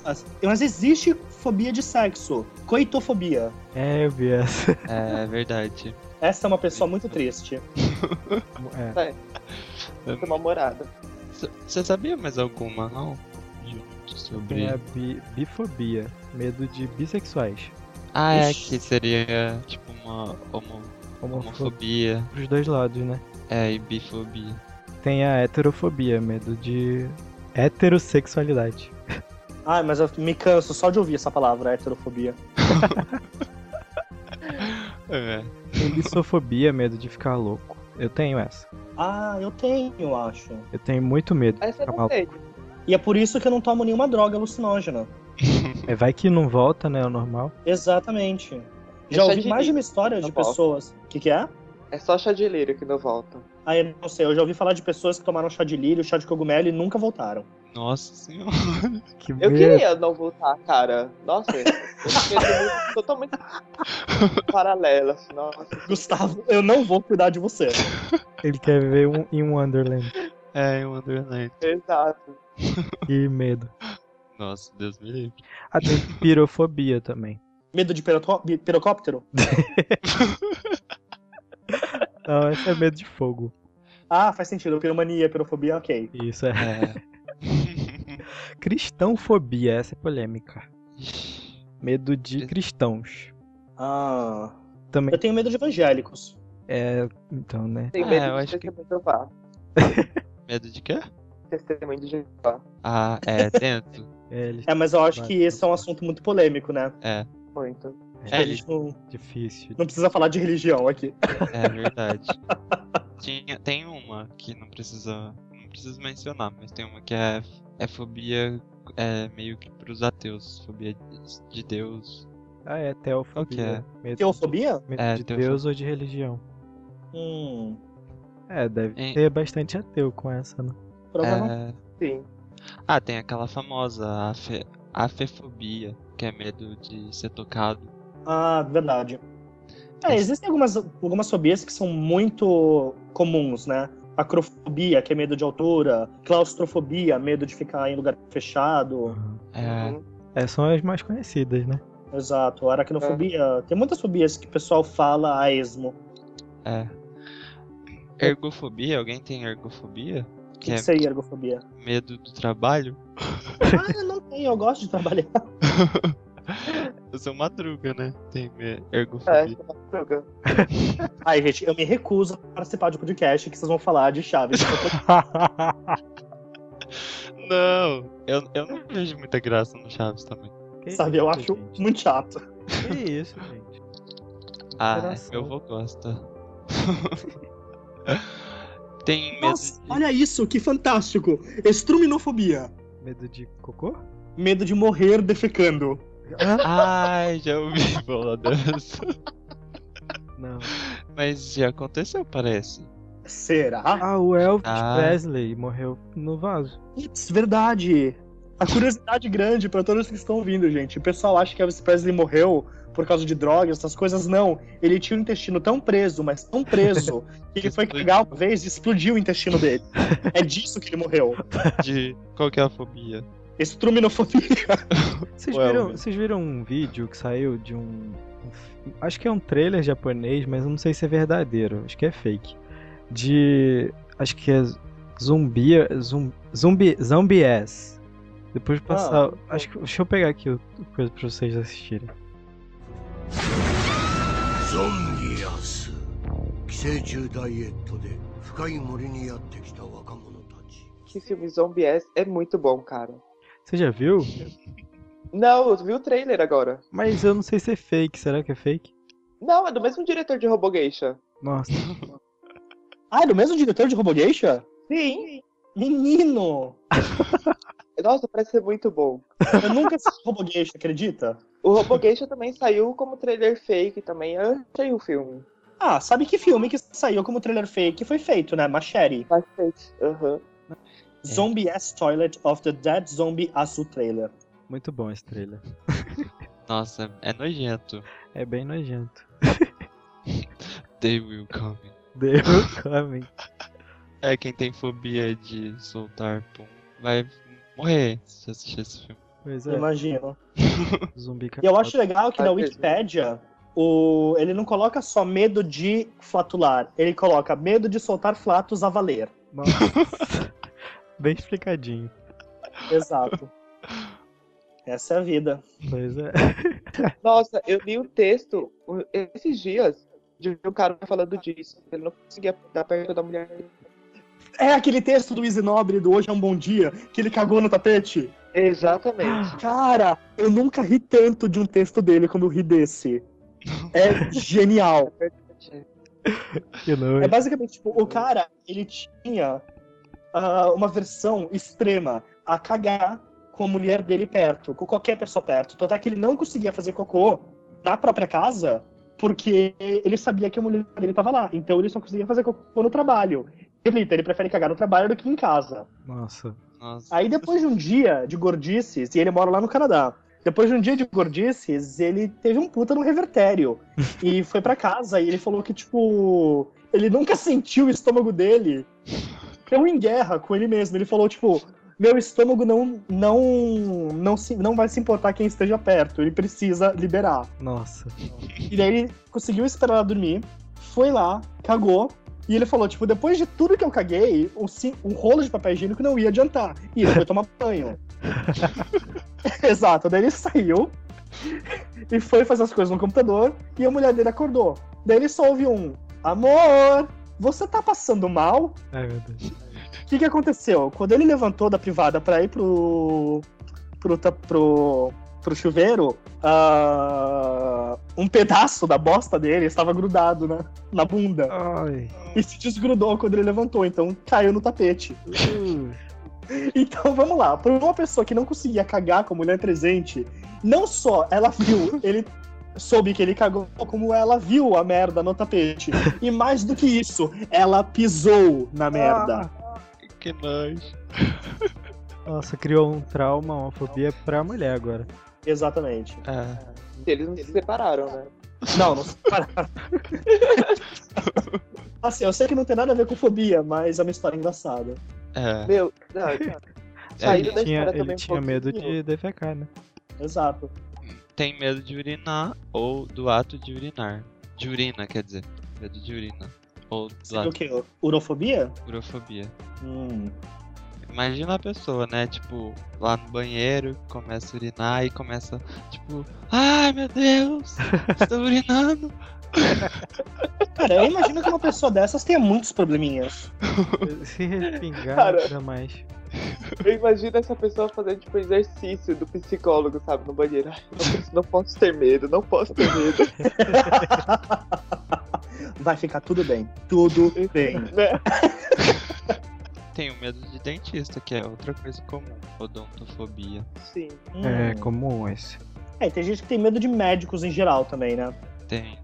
D: mas existe fobia de sexo, coitofobia.
A: É, eu vi essa. [laughs]
B: É verdade.
D: Essa é uma pessoa muito triste.
A: É.
E: Tem uma morada.
B: Você sabia mais alguma, não? Junto Sobre.
A: Tem É a bi- bifobia. Medo de bissexuais.
B: Ah, é
D: Ixi.
B: que seria tipo uma homo-
A: Homofobia.
B: homofobia.
A: Os dois lados, né?
B: É, e bifobia.
A: Tem a heterofobia. Medo de heterossexualidade.
D: Ai, mas eu me canso só de ouvir essa palavra, heterofobia.
B: É.
A: Tem Lissofobia, medo de ficar louco. Eu tenho essa.
D: Ah, eu tenho, eu acho.
A: Eu tenho muito medo de
E: Essa
B: Tá
E: eu
A: ficar
E: não
A: maluco.
E: sei.
D: E é por isso que eu não tomo nenhuma droga alucinógena.
A: É, vai que não volta, né? É o normal.
D: Exatamente.
B: é
D: Já
E: chá
D: ouvi
E: de
D: mais de
E: milho.
D: uma história de
E: Tá bom.
D: pessoas. O que, que é?
E: É só chá de lírio que não volta.
D: Ah, eu não sei. Eu já ouvi falar de pessoas que tomaram chá de lírio, chá de cogumelo e nunca voltaram. [laughs]
B: Nossa senhora. [laughs]
A: Que
E: Eu
A: medo.
E: queria não voltar, cara. Nossa, eu
B: [laughs]
E: fiquei muito- totalmente paralela. assim, Nossa.
D: Gustavo, eu não vou cuidar de você.
A: Ele quer viver um- em Wonderland.
B: É, em Wonderland.
E: Exato.
A: Que medo.
B: Nossa, Deus me livre.
A: Ah, tem pirofobia também.
D: Medo de pirotó- bi- pirocóptero?
A: Não, esse é medo de fogo.
D: Ah, faz sentido. Piromania, pirofobia, ok.
A: Isso é. [laughs]
B: É.
A: Cristãofobia, essa é polêmica.
B: Ixi,
A: Medo de cristãos.
D: Ah.
A: Também.
D: Eu tenho medo de evangélicos.
A: É. Então, né?
E: Tem
B: Ah,
E: medo
B: eu
E: de
B: acho que-
E: testemunho de Jeová.
B: Medo de quê?
E: Testemunho de Jeová.
B: Ah, é, tento.
A: É, ele-
D: É, mas eu acho
A: Vai,
D: que esse é um assunto muito polêmico, né?
B: É,
E: Muito.
D: A
B: [laughs] é, ele-
D: gente não,
A: difícil.
D: não precisa falar de religião aqui.
B: é verdade. Tinha, tem uma que não precisa, não preciso mencionar, mas tem uma que é, é fobia é, meio que pros ateus, fobia de- de Deus.
A: Ah, é teofobia.
B: [laughs]
A: Medo,
D: Teofobia?
A: medo
B: É,
A: de
B: teofobia.
A: Deus ou de religião.
D: Hum.
A: É, deve
B: Em-
A: ter bastante ateu com essa, né?
D: Provavelmente.
B: É,
E: Sim.
B: Ah, tem aquela famosa afe, afefobia, que é medo de ser tocado.
D: Ah, verdade. É, existem algumas, algumas fobias que são muito comuns, né? Acrofobia, que é medo de altura. Claustrofobia, medo de ficar em lugar fechado.
B: É,
E: Uhum.
A: É, são as mais conhecidas, né?
D: Exato. Aracnofobia. Tem muitas fobias que o pessoal fala a esmo.
B: é. Ergofobia, alguém tem ergofobia?
D: O
B: Que
D: que,
B: é
D: que seria ergofobia?
B: medo do trabalho?
D: ah, eu não tenho. Eu gosto de trabalhar.
B: [laughs] Eu sou madruga, né? Tem me-
E: É,
B: ergofobia.
E: droga.
D: Ai, gente, eu me recuso a participar de podcast que vocês vão falar
B: [laughs]
D: de Chaves.
B: Não! Eu, eu não vejo muita graça no Chaves também.
A: Que
D: sabe? Eu
A: isso,
D: acho
A: gente.
D: muito chato.
A: Que isso, gente.
B: Ah,
A: Coração.
B: meu avô gosta. [laughs] Tem medo
D: Nossa,
B: de...
D: olha isso, que fantástico! Estruminofobia.
A: Medo de cocô?
D: Medo de morrer defecando.
B: Ai, já ouvi falar dessa.
A: Não.
B: Mas já aconteceu, parece.
D: Será?
A: Ah, o Elvis
B: Ah.
A: Presley morreu no vaso.
D: Putz, verdade. A curiosidade grande pra todos que estão ouvindo, gente. O pessoal acha que Elvis Presley morreu por causa de drogas, essas coisas. Não. Ele tinha o intestino tão preso, mas tão [laughs] preso, que ele foi cagar uma vez e explodiu o intestino dele. É disso que ele morreu.
B: De qual que é a fobia?
D: Estruminofobia.
A: Vocês
D: O
A: viram,
D: Elvis.
A: vocês viram um vídeo que saiu de um. um fi- Acho que é um trailer japonês, mas eu não sei se é verdadeiro. Acho que é fake. De. Acho que é zumbi. zum- Zumbi. Zombies. Depois de
D: Ah,
A: passar. acho que, deixa eu pegar aqui o o coisa pra vocês assistirem.
F: ゾンギアス寄生虫ダイエットで深い森にやってきた若者たち
E: Que filme Zombie é, é muito bom, cara.
A: Você já
D: [laughs]
A: viu?
E: Não, eu vi o trailer agora.
A: Mas eu não sei se é fake. Será que é fake?
E: Não, é do mesmo diretor de Robogeisha.
A: Nossa.
D: Ah, é do mesmo diretor de Robogeisha?
E: Sim.
D: Menino!
E: Nossa, parece ser muito bom.
D: Eu nunca assisti Robogeisha, acredita?
E: O Robogeisha [laughs] também saiu como trailer fake também. Eu achei o filme.
D: Ah, sabe que filme que saiu como trailer fake foi feito, né? Machete.
E: Bastante. Aham.
D: Zombie Ass Toilet of the Dead Zombie Asu Trailer.
A: Muito bom esse trailer.
B: Nossa, é nojento.
A: É bem nojento. [laughs]
B: They will come.
A: Deu coming.
B: É, quem tem fobia de soltar pum vai morrer se assistir esse filme.
A: Pois
D: Eu
A: é,
D: Imagino.
A: zumbi
D: E eu acho legal que na
E: Ai, que
D: Wikipédia o... ele não coloca só medo de flatular, ele coloca medo de soltar flatos a valer.
A: Nossa. [laughs] Bem explicadinho.
D: Exato. Essa é a vida.
A: Pois é. [laughs]
E: Nossa, eu li um texto um- esses dias de um cara falando disso. Ele não conseguia dar perto da mulher.
D: É aquele texto do Easy Nobre do Hoje é um Bom Dia, que ele cagou no tapete.
E: Exatamente.
D: Cara, eu nunca ri tanto de um texto dele como eu ri desse. É genial.
A: Que nojo.
D: É basicamente, tipo, o cara, ele tinha ah, uma versão extrema a cagar com a mulher dele perto, com qualquer pessoa perto. Tanto é que ele não conseguia fazer cocô na própria casa porque ele sabia que a mulher dele tava lá. Então ele só conseguia fazer cocô no trabalho. Reflita, ele prefere cagar no trabalho do que em casa.
A: Nossa.
B: Nossa.
D: Aí depois de um dia de gordices, e ele mora lá no Canadá. Depois de um dia de gordices, ele teve um puta no revertério. e foi pra casa e ele falou que, tipo, ele nunca sentiu o estômago dele. Deu em guerra com ele mesmo. Ele falou, tipo, meu estômago não, não, não, se, não vai se importar quem esteja perto. Ele precisa liberar.
A: Nossa.
D: E daí ele conseguiu esperar ela dormir, foi lá, cagou. E ele falou, tipo, depois de tudo que eu caguei, um, ci- um rolo de papel higiênico não ia adiantar. E ele foi tomar banho. Exato. Daí ele saiu e foi fazer as coisas no computador e a mulher dele acordou. Daí ele só ouve um, amor, você tá passando mal?
A: Ai, meu Deus.
D: O que, que aconteceu? Quando ele levantou da privada pra ir pro. pro, ta- pro, pro chuveiro, ah, um pedaço da bosta dele estava grudado na, na bunda.
A: Ai.
D: E se desgrudou quando ele levantou, então caiu no tapete.
E: Hum,
D: Então vamos lá, pra uma pessoa que não conseguia cagar com a mulher presente, não só ela viu, ele soube que ele cagou, como ela viu a merda no tapete. E mais do que isso, ela pisou na merda.
A: Ah.
B: Que nojo.
A: Nossa, criou um trauma, uma fobia pra mulher agora.
D: Exatamente.
B: É.
E: Eles não se separaram, né?
D: Não, não se separaram. [laughs] assim, eu sei que não tem nada a ver com fobia, mas é uma história engraçada.
B: É.
E: Meu, não,
B: Ele
A: [laughs]
E: saindo da
A: Tinha,
E: história também
A: ele
E: um
A: tinha medo
E: pouquinho.
A: de defecar,
E: [laughs]
A: né?
D: Exato.
B: Tem medo de urinar ou do ato de urinar. De urina, quer dizer. Medo de urina. Ou do
D: Seria
B: ato
D: o quê? Urofobia?
B: de urofobia.
D: Hum.
B: Imagina a pessoa, né? Tipo, lá no banheiro, começa a urinar e começa, tipo, ai meu Deus, estou urinando.
D: Cara, eu imagino que uma pessoa dessas tenha muitos [laughs] probleminhas.
A: Se respingar,
E: Cara.
A: ainda mais.
E: Eu imagino essa pessoa fazendo tipo exercício do psicólogo, sabe, no banheiro. Ai, não, posso- não posso ter medo, não posso ter medo. [laughs]
D: Vai ficar tudo bem. Tudo bem.
E: Né?
B: Tenho medo de dentista, que é outra coisa comum, odontofobia.
E: Sim.
A: É
D: Hum.
A: comum esse.
D: É, tem gente que tem medo de médicos em geral também, né?
B: Tem.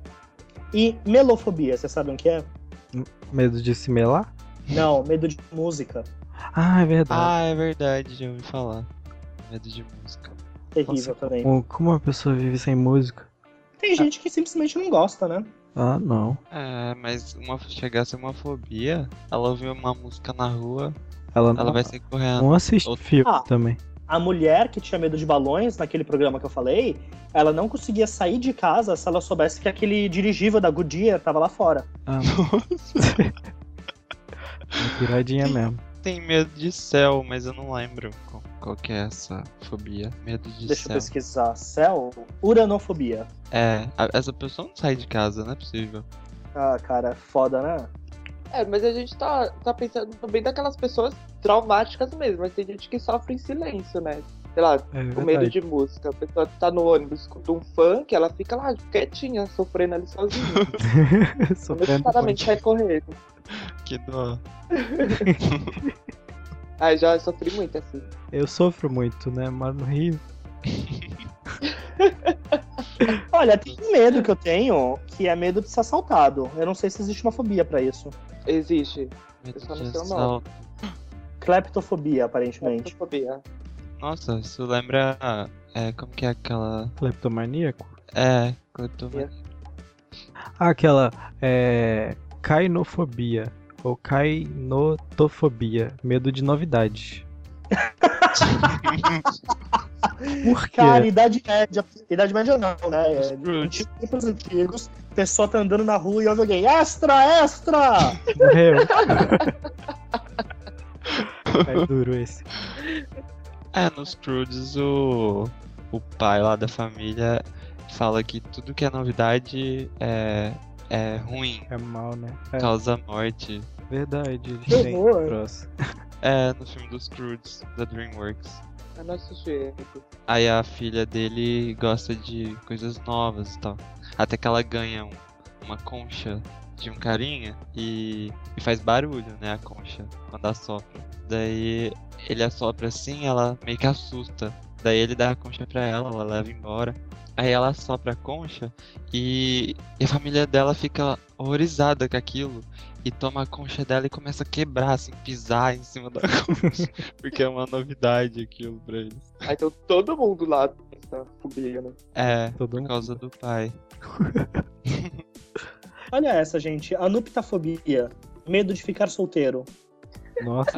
D: E melofobia, vocês sabem o que é?
A: Medo de se melar?
D: Não, medo de música.
A: Ah, é verdade.
B: Ah, é verdade, já ouvi falar. Medo de música.
D: Terrível também.
A: Como- Um, Como uma pessoa vive sem música?
D: Tem gente que simplesmente não gosta, né?
A: Ah, não.
B: É, mas uma chegar a ser uma fobia, ela ouviu uma música na rua,
A: Ela,
B: ela
A: não,
B: vai sair correndo.
A: não assiste
B: Outra-
A: filme
D: Ah.
A: também.
D: A mulher que tinha medo de balões naquele programa que eu falei, ela não conseguia sair de casa se ela soubesse que aquele dirigível da Goodyear tava lá fora.
A: Ah, uma é piradinha mesmo.
B: Tem medo de céu, mas eu não lembro qual, qual que é essa fobia. Medo de
D: Deixa eu
B: céu.
D: pesquisar. Céu? Uranofobia.
B: É, a- essa pessoa não sai de casa, não é possível.
D: Ah, cara, foda, né?
E: É, mas a gente tá, tá pensando também daquelas pessoas traumáticas mesmo, mas tem gente que sofre em silêncio, né? Sei lá,
A: É
E: com medo
A: verdade.
E: de música. A pessoa tá no ônibus, escuta um funk, ela fica lá quietinha, sofrendo ali sozinha. Não
A: Sofrendo
E: necessariamente vai correr.
B: Que dó.
E: Ai, Ah, já sofri muito assim.
A: muito. Eu sofro muito, né? Moro no Rio.
D: Olha, tem um medo que eu tenho, que é medo de ser assaltado. Eu não sei se existe uma fobia pra isso.
E: Existe.
B: Medo
E: só
B: de
E: não sei o
B: assalto.
D: Cleptofobia, aparentemente.
E: Claustrofobia.
B: Nossa, isso lembra. É, como que é aquela.
A: Cleptomaníaco.
B: É, cleptomania.
A: Ah, aquela. É. Cainofobia. Ou cainotofobia. Medo de
E: [laughs]
A: novidades. Por quê?
D: Cara, idade média. Idade média não, né? É,
B: Scrooge.
D: Tempos antigos, a pessoa tá andando na rua e ouve alguém, extra, extra!
E: [laughs]
A: Morreu. É duro esse.
B: É, nos Crudes o, o pai lá da família fala que tudo que é novidade é, é ruim,
A: É mal, né? É
B: causa morte.
A: verdade. Eles
D: Que
A: têm
D: horror.
A: troço.
B: É, no filme dos Crudes, da DreamWorks.
E: É nosso jeito.
B: Aí a filha dele gosta de coisas novas e tal. Até que ela ganha um- uma concha de um carinha e, e faz barulho, né, a concha, quando assopra. Daí ele assopra assim, ela meio que assusta. Daí ele dá a concha pra ela, ela leva embora. Aí ela sopra a concha e, e a família dela fica horrorizada com aquilo. E toma a concha dela e começa a quebrar, assim, pisar em cima da [laughs] concha. porque é uma novidade aquilo pra eles.
E: Aí então todo mundo lá tem essa fobia, né?
B: É,
A: Todo
B: por
A: mundo.
B: causa do pai.
D: Olha essa, gente. Anuptafobia. Medo de ficar solteiro.
A: Nossa,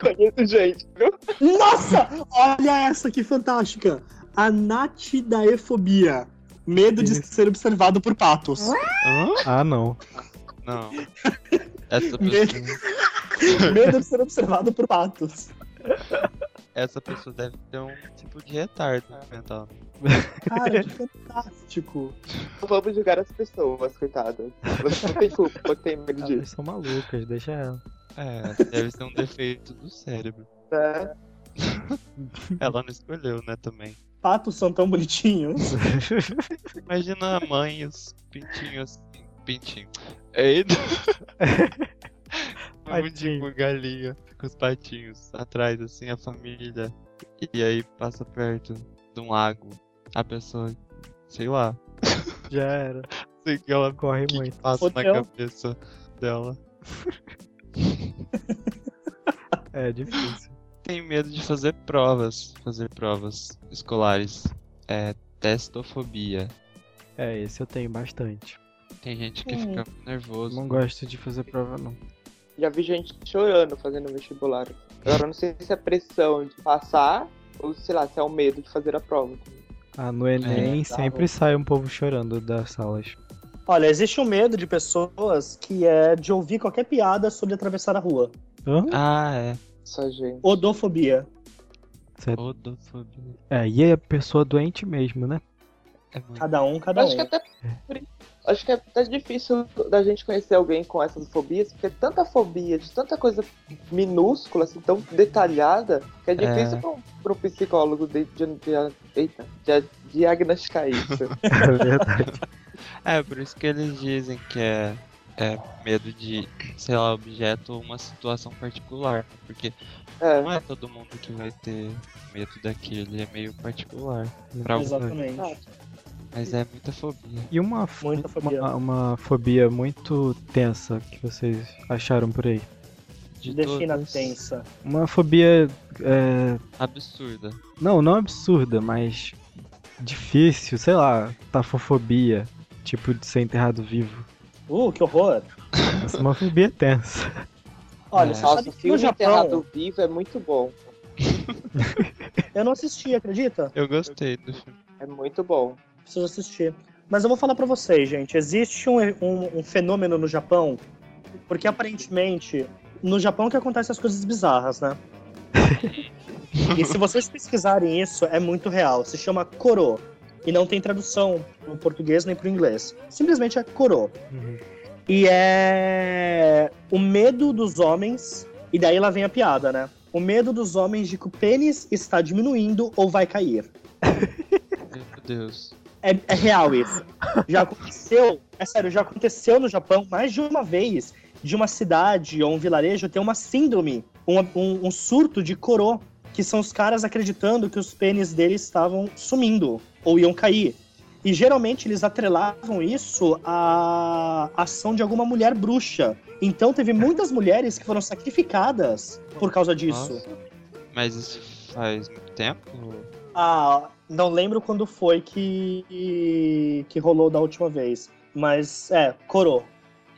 E: Conheço gente, viu?
D: Nossa! Olha essa que fantástica. Anatidaefobia. Medo de ser observado por patos.
B: Hã?
A: ah não.
B: Não. Essa
D: Medo.
B: pessoa,
D: Medo de ser observado por patos.
B: essa pessoa deve ter um tipo de retardo mental.
D: Cara, que fantástico.
E: Não vamos julgar as pessoas, coitadas. Você não tem culpa que tem medo
A: [laughs]
E: disso,
A: Elas são malucas, deixa ela.
B: É, deve ser um defeito do cérebro.
E: né?
B: Ela não escolheu, né, também.
D: Patos são tão bonitinhos.
B: Imagina a mãe e os pintinhos assim. Pintinho. Eita! Patinho.
A: Patinho.
B: com galinha, com os patinhos atrás, assim, a família. E aí passa perto de um lago. A pessoa, sei lá,
A: Já era.
B: sei que ela
A: Corre
B: que que
A: muito.
B: passa
D: Fodeu.
B: na cabeça dela.
A: É difícil.
B: Tem medo de fazer provas, fazer provas escolares. É testofobia.
A: É, esse eu tenho bastante.
B: Tem gente que
D: Hum.
B: fica nervoso.
A: Não gosto de fazer prova, não.
E: Já vi gente chorando fazendo vestibular. Agora eu não sei se é pressão de passar ou, sei lá, se é o medo de fazer a prova.
A: Ah, no Enem
E: É, tá
A: sempre sai um povo chorando das salas.
D: Olha, existe um medo de pessoas que é de ouvir qualquer piada sobre atravessar a rua.
A: Hã?
B: Ah, é.
E: Só gente.
D: Odofobia.
A: Cê-
B: Odofobia.
A: É, e é a pessoa doente mesmo, né?
B: É muito...
D: Cada um, cada
E: Acho que
D: um.
E: até. Acho que é até difícil da gente conhecer alguém com essas fobias, porque é tanta fobia, de tanta coisa minúscula, assim, tão detalhada, que é difícil pra, um, pra um psicólogo de, de, de- eita, de- diagnosticar isso.
A: É verdade.
B: É, por isso que eles dizem que é, é medo de, sei lá, objeto ou uma situação particular. Porque
E: É.
B: não é todo mundo que vai ter medo daquele, é meio particular.
E: é
B: Pra alguns.
D: Exatamente.
B: Mas é muita fobia.
A: E uma, f-
D: Muita fobia.
A: uma, uma fobia muito tensa que vocês acharam por aí?
B: De
D: Defina
B: todas,
D: tensa.
A: Uma fobia. é,
B: Absurda.
A: Não, não absurda, mas difícil, sei lá, tafofobia. Tipo de ser enterrado vivo.
D: Uh, que horror.
A: Essa é uma fobia tensa.
D: Olha,
B: É.
D: você
E: Nossa,
D: sabe
E: o
D: que no
E: filme Enterrado
D: Japão,
E: Vivo é muito bom.
D: eu não assisti, acredita?
B: Eu gostei do filme.
E: É muito bom.
D: Preciso assistir. Mas eu vou falar pra vocês, gente. Existe um, um- um fenômeno no Japão, porque aparentemente, no Japão é que acontecem as coisas bizarras, né? e se vocês pesquisarem isso, é muito real. Se chama Koro. E não tem tradução pro português nem pro inglês. Simplesmente é Koro. E é o medo dos homens, e daí lá vem a piada, né? O medo dos homens de que o pênis está diminuindo ou vai cair.
B: Meu Deus.
D: É, é real isso. Já aconteceu, é sério, já aconteceu no Japão mais de uma vez de uma cidade ou um vilarejo ter uma síndrome, um, um- um surto de corô, que são os caras acreditando que os pênis deles estavam sumindo ou iam cair. E geralmente eles atrelavam isso à ação de alguma mulher bruxa. Então teve muitas mulheres que foram sacrificadas por causa disso.
B: Nossa. Mas isso faz muito tempo?
D: Ah, não lembro quando foi que, que rolou da última vez. Mas, é, coro.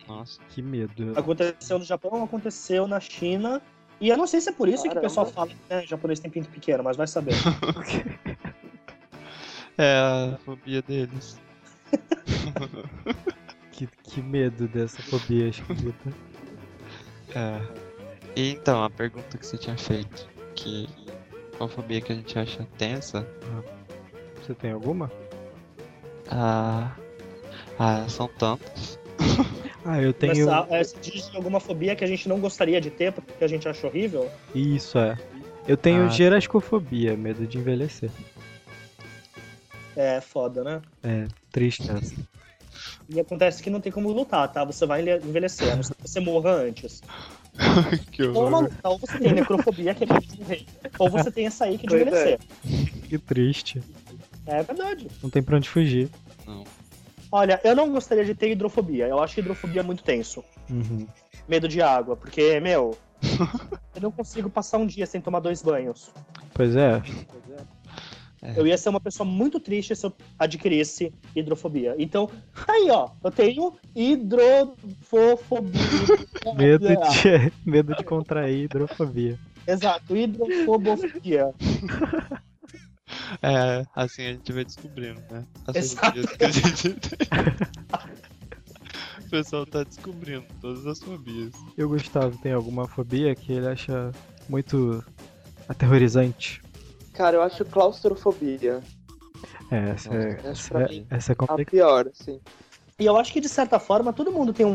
B: Nossa.
A: Que medo.
D: Aconteceu no Japão, aconteceu na China. E eu não sei se é por isso que o
E: Caramba.
D: pessoal fala que né, japonês tem pinto pequeno, mas vai saber.
B: É a fobia deles.
A: Que, que medo dessa fobia esquisita.
B: É. E então, a pergunta que você tinha feito, que qual fobia que a gente acha tensa?
A: Você tem alguma?
B: Ah, ah são tantas.
A: Ah, eu tenho.
D: Essa, essa diz de alguma fobia que a gente não gostaria de ter, porque a gente acha horrível.
A: Isso é. Eu tenho
B: Ah.
A: gerascofobia, medo de envelhecer.
D: É foda, né?
A: É, triste essa.
D: E acontece que não tem como lutar, tá? Você vai envelhecer, a não ser que você morra antes.
B: que
D: Ou, uma, ou você tem necrofobia, que é medo de morrer. Ou você tem a sair que de
E: Pois é.
D: envelhecer.
A: Que triste.
D: É verdade.
A: Não tem pra onde fugir.
B: Não.
D: Olha, eu não gostaria de ter hidrofobia. Eu acho que hidrofobia é muito tenso.
A: Uhum.
D: Medo de água,
A: [laughs]
D: porque, meu. eu não consigo passar um dia sem tomar dois banhos.
A: Pois é,
D: Eu ia ser uma pessoa muito triste se eu adquirisse hidrofobia. Então, tá aí, ó. Eu tenho hidrofobia.
A: medo de, [laughs] medo de contrair hidrofobia.
D: Exato, hidrofobia.
B: É, assim a gente vai descobrindo, né? As
D: Exato.
B: fobias que a gente tem. O pessoal tá descobrindo todas as fobias.
A: E o Gustavo tem alguma fobia que ele acha muito aterrorizante?
E: Cara, eu acho claustrofobia.
A: É, essa é,
E: Acho
A: essa
E: pra
A: é,
E: mim
A: essa é
E: a
A: complicada.
E: pior, assim.
D: E eu acho que, de certa forma, todo mundo tem um,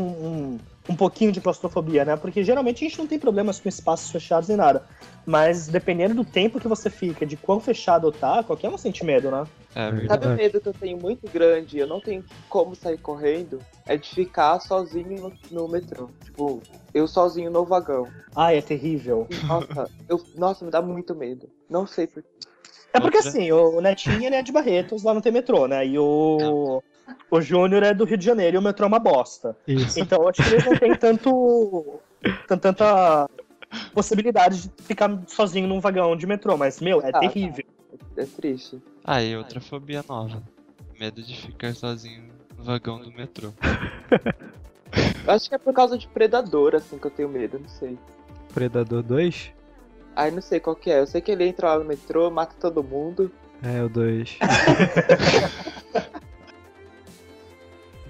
D: um, um pouquinho de claustrofobia, né? Porque geralmente a gente não tem problemas com espaços fechados nem nada. Mas dependendo do tempo que você fica, de quão fechado tá, qualquer um sente medo, né?
B: É
E: Sabe
B: verdade.
E: o medo que eu tenho muito grande? Eu não tenho como sair correndo. É de ficar sozinho no, no metrô. Tipo, eu sozinho no vagão.
D: Ai, é terrível.
B: [laughs]
E: Nossa, eu, nossa, me dá muito medo. Não sei por
D: É porque
B: Outra.
D: assim, o o Netinho ele é de Barretos, lá não tem metrô, né? E o, o Júnior é do Rio de Janeiro e o metrô é uma bosta.
A: Isso.
D: Então eu acho que eles não têm tanto. tan- tanta possibilidade de ficar sozinho num vagão de metrô, mas, meu, é
E: Ah,
D: terrível.
E: É triste.
B: Ah, e outra fobia nova. Medo de ficar sozinho no vagão do metrô.
E: Eu acho que é por causa de predador, assim, que eu tenho medo, não sei.
A: Predador 2?
E: Aí não sei qual que é. Eu sei que ele entra lá no metrô, mata todo mundo.
A: É, o [laughs] 2.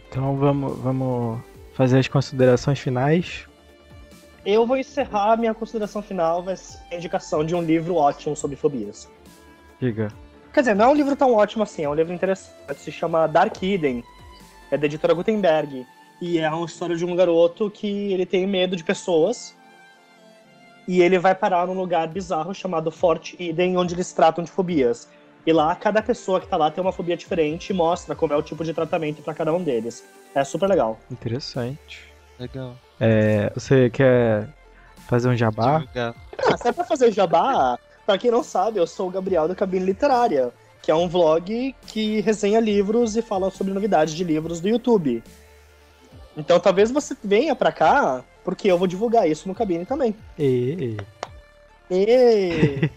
A: então vamos, vamos fazer as considerações finais.
D: Eu vou encerrar minha consideração final, vai ser a indicação de um livro ótimo sobre fobias.
A: Diga.
D: Quer dizer, não é um livro tão ótimo assim, é um livro interessante. Se chama Dark Eden, é da editora Gutenberg. E é uma história de um garoto que ele tem medo de pessoas. E ele vai parar num lugar bizarro chamado Fort Eden, onde eles tratam de fobias. E lá, cada pessoa que tá lá tem uma fobia diferente e mostra como é o tipo de tratamento pra cada um deles. É super legal.
A: Interessante.
B: Legal.
A: É, você quer fazer um jabá?
B: Divulgar.
D: [laughs] Ah, só pra fazer jabá, pra quem não sabe, eu sou o Gabriel do Cabine Literária, que é um vlog que resenha livros e fala sobre novidades de livros do YouTube. Então talvez você venha pra cá, porque eu vou divulgar isso no Cabine também.
A: E, e-
D: E-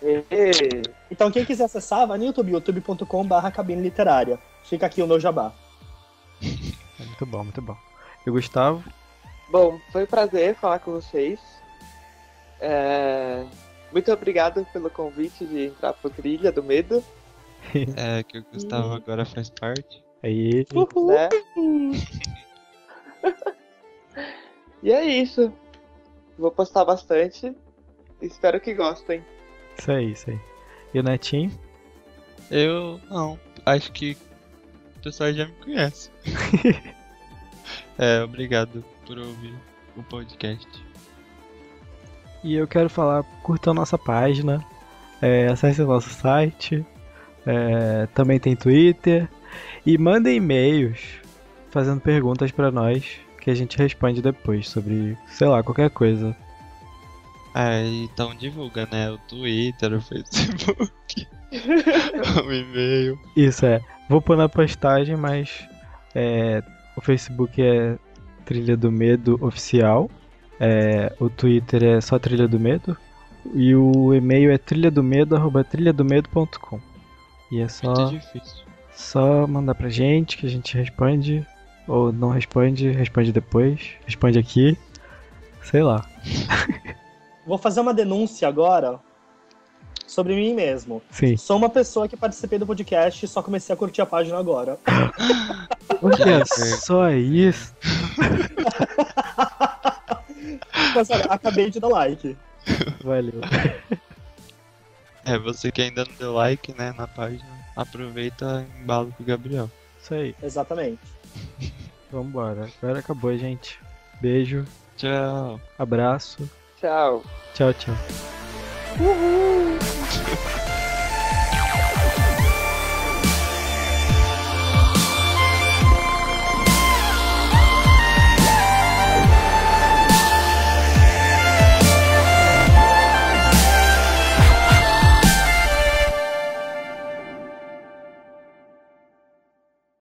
E: E...
D: Então quem quiser acessar, vai no YouTube, youtube.com.br Cabine Literária. Fica aqui o meu jabá.
A: É Muito bom, muito bom. E o Gustavo?
E: Bom, foi um prazer falar com vocês. É, Muito obrigado pelo convite de entrar pro Trilha do Medo,
B: É, que o Gustavo agora faz parte.
A: Aí,
D: Uhul.
E: né? e é isso. Vou postar bastante. Espero que gostem.
A: isso aí, isso aí. E o Netinho?
B: Eu não. Acho que o pessoal já me [laughs] conhece. é, obrigado por ouvir o podcast.
A: E eu quero falar, curtam a nossa página, é, acessem o nosso site, é, também tem Twitter. E mandem e-mails fazendo perguntas pra nós, que a gente responde depois sobre, sei lá, qualquer coisa.
B: Ah, então divulga, né? O Twitter, o [laughs] Facebook, o e-mail.
A: Isso é, vou pôr na postagem, mas é, o Facebook é Trilha do Medo Oficial, é, o Twitter é só Trilha do Medo, e o e-mail é trilhadomedo, arroba trilhadomedo.com. E é só...
B: Muito difícil.
A: Só mandar pra gente que a gente responde. Ou não responde, responde depois. Responde aqui. Sei lá.
D: Vou fazer uma denúncia agora sobre mim mesmo.
A: Sim.
D: Sou uma pessoa que participei do podcast e só comecei a curtir a página agora.
A: Olha só isso.
D: Mas olha, acabei de dar like.
A: Valeu.
B: É, você que ainda não deu like, né, na página, aproveita e embala com o Gabriel.
A: Isso aí.
D: Exatamente.
A: Vambora. Agora acabou, gente. Beijo.
B: Tchau!
A: Abraço.
E: Tchau.
A: Tchau, tchau.
E: Uhul.